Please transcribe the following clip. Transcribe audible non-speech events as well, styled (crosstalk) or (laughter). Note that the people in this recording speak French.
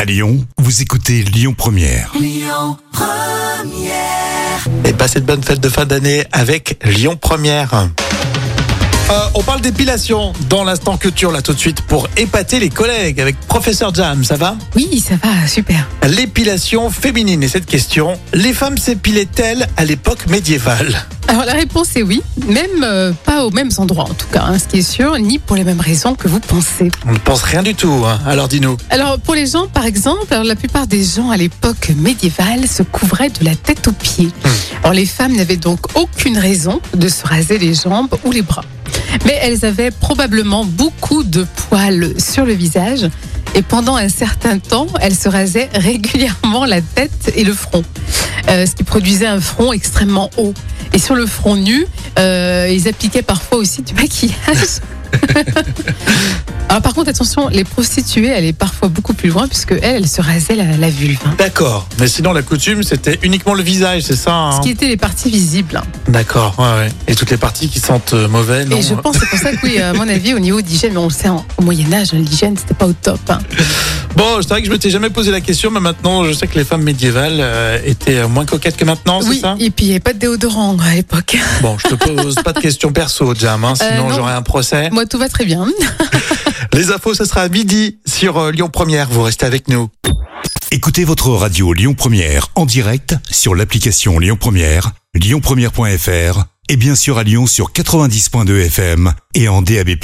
À Lyon, vous écoutez Lyon Première. Et passez de bonnes fêtes de fin d'année avec Lyon Première. Euh, on parle d'épilation dans l'instant culture là tout de suite pour épater les collègues avec professeur Jam, ça va Oui, ça va, super. L'épilation féminine et cette question, les femmes s'épilaient-elles à l'époque médiévale Alors la réponse est oui, même euh, pas aux mêmes endroits en tout cas, hein, ce qui est sûr, ni pour les mêmes raisons que vous pensez. On ne pense rien du tout, hein. alors dis-nous. Alors pour les gens par exemple, alors, la plupart des gens à l'époque médiévale se couvraient de la tête aux pieds. Alors les femmes n'avaient donc aucune raison de se raser les jambes ou les bras. Mais elles avaient probablement beaucoup de poils sur le visage et pendant un certain temps, elles se rasaient régulièrement la tête et le front, Euh, ce qui produisait un front extrêmement haut. Et sur le front nu, euh, ils appliquaient parfois aussi du maquillage. Alors par contre, attention, les prostituées allaient parfois beaucoup plus loin puisque elles, elles se rasaient la, la vulve. hein. D'accord, mais sinon la coutume c'était uniquement le visage, c'est ça hein Ce qui étaient les parties visibles. hein. D'accord, ouais, ouais. Et toutes les parties qui sentent euh, mauvais, non Et je pense que c'est pour ça que oui, euh, à mon avis, au niveau d'hygiène, mais on le sait, en- au Moyen Âge, hein, l'hygiène, c'était pas au top. hein. Bon, c'est vrai que je m'étais jamais posé la question, mais maintenant je sais que les femmes médiévales euh, étaient euh, moins coquettes que maintenant, c'est Oui, ça et puis il n'y avait pas de déodorant hein, à l'époque. (laughs) Bon, je te pose pas de questions perso, Jam, hein, sinon non. j'aurais un procès. Moi, tout va très bien. Les infos, ce sera à midi sur euh, Lyon Première. Vous restez avec nous. Écoutez votre radio Lyon Première en direct sur l'application Lyon Première, lyonpremière.fr et bien sûr à Lyon sur 90.2 FM et en DAB+.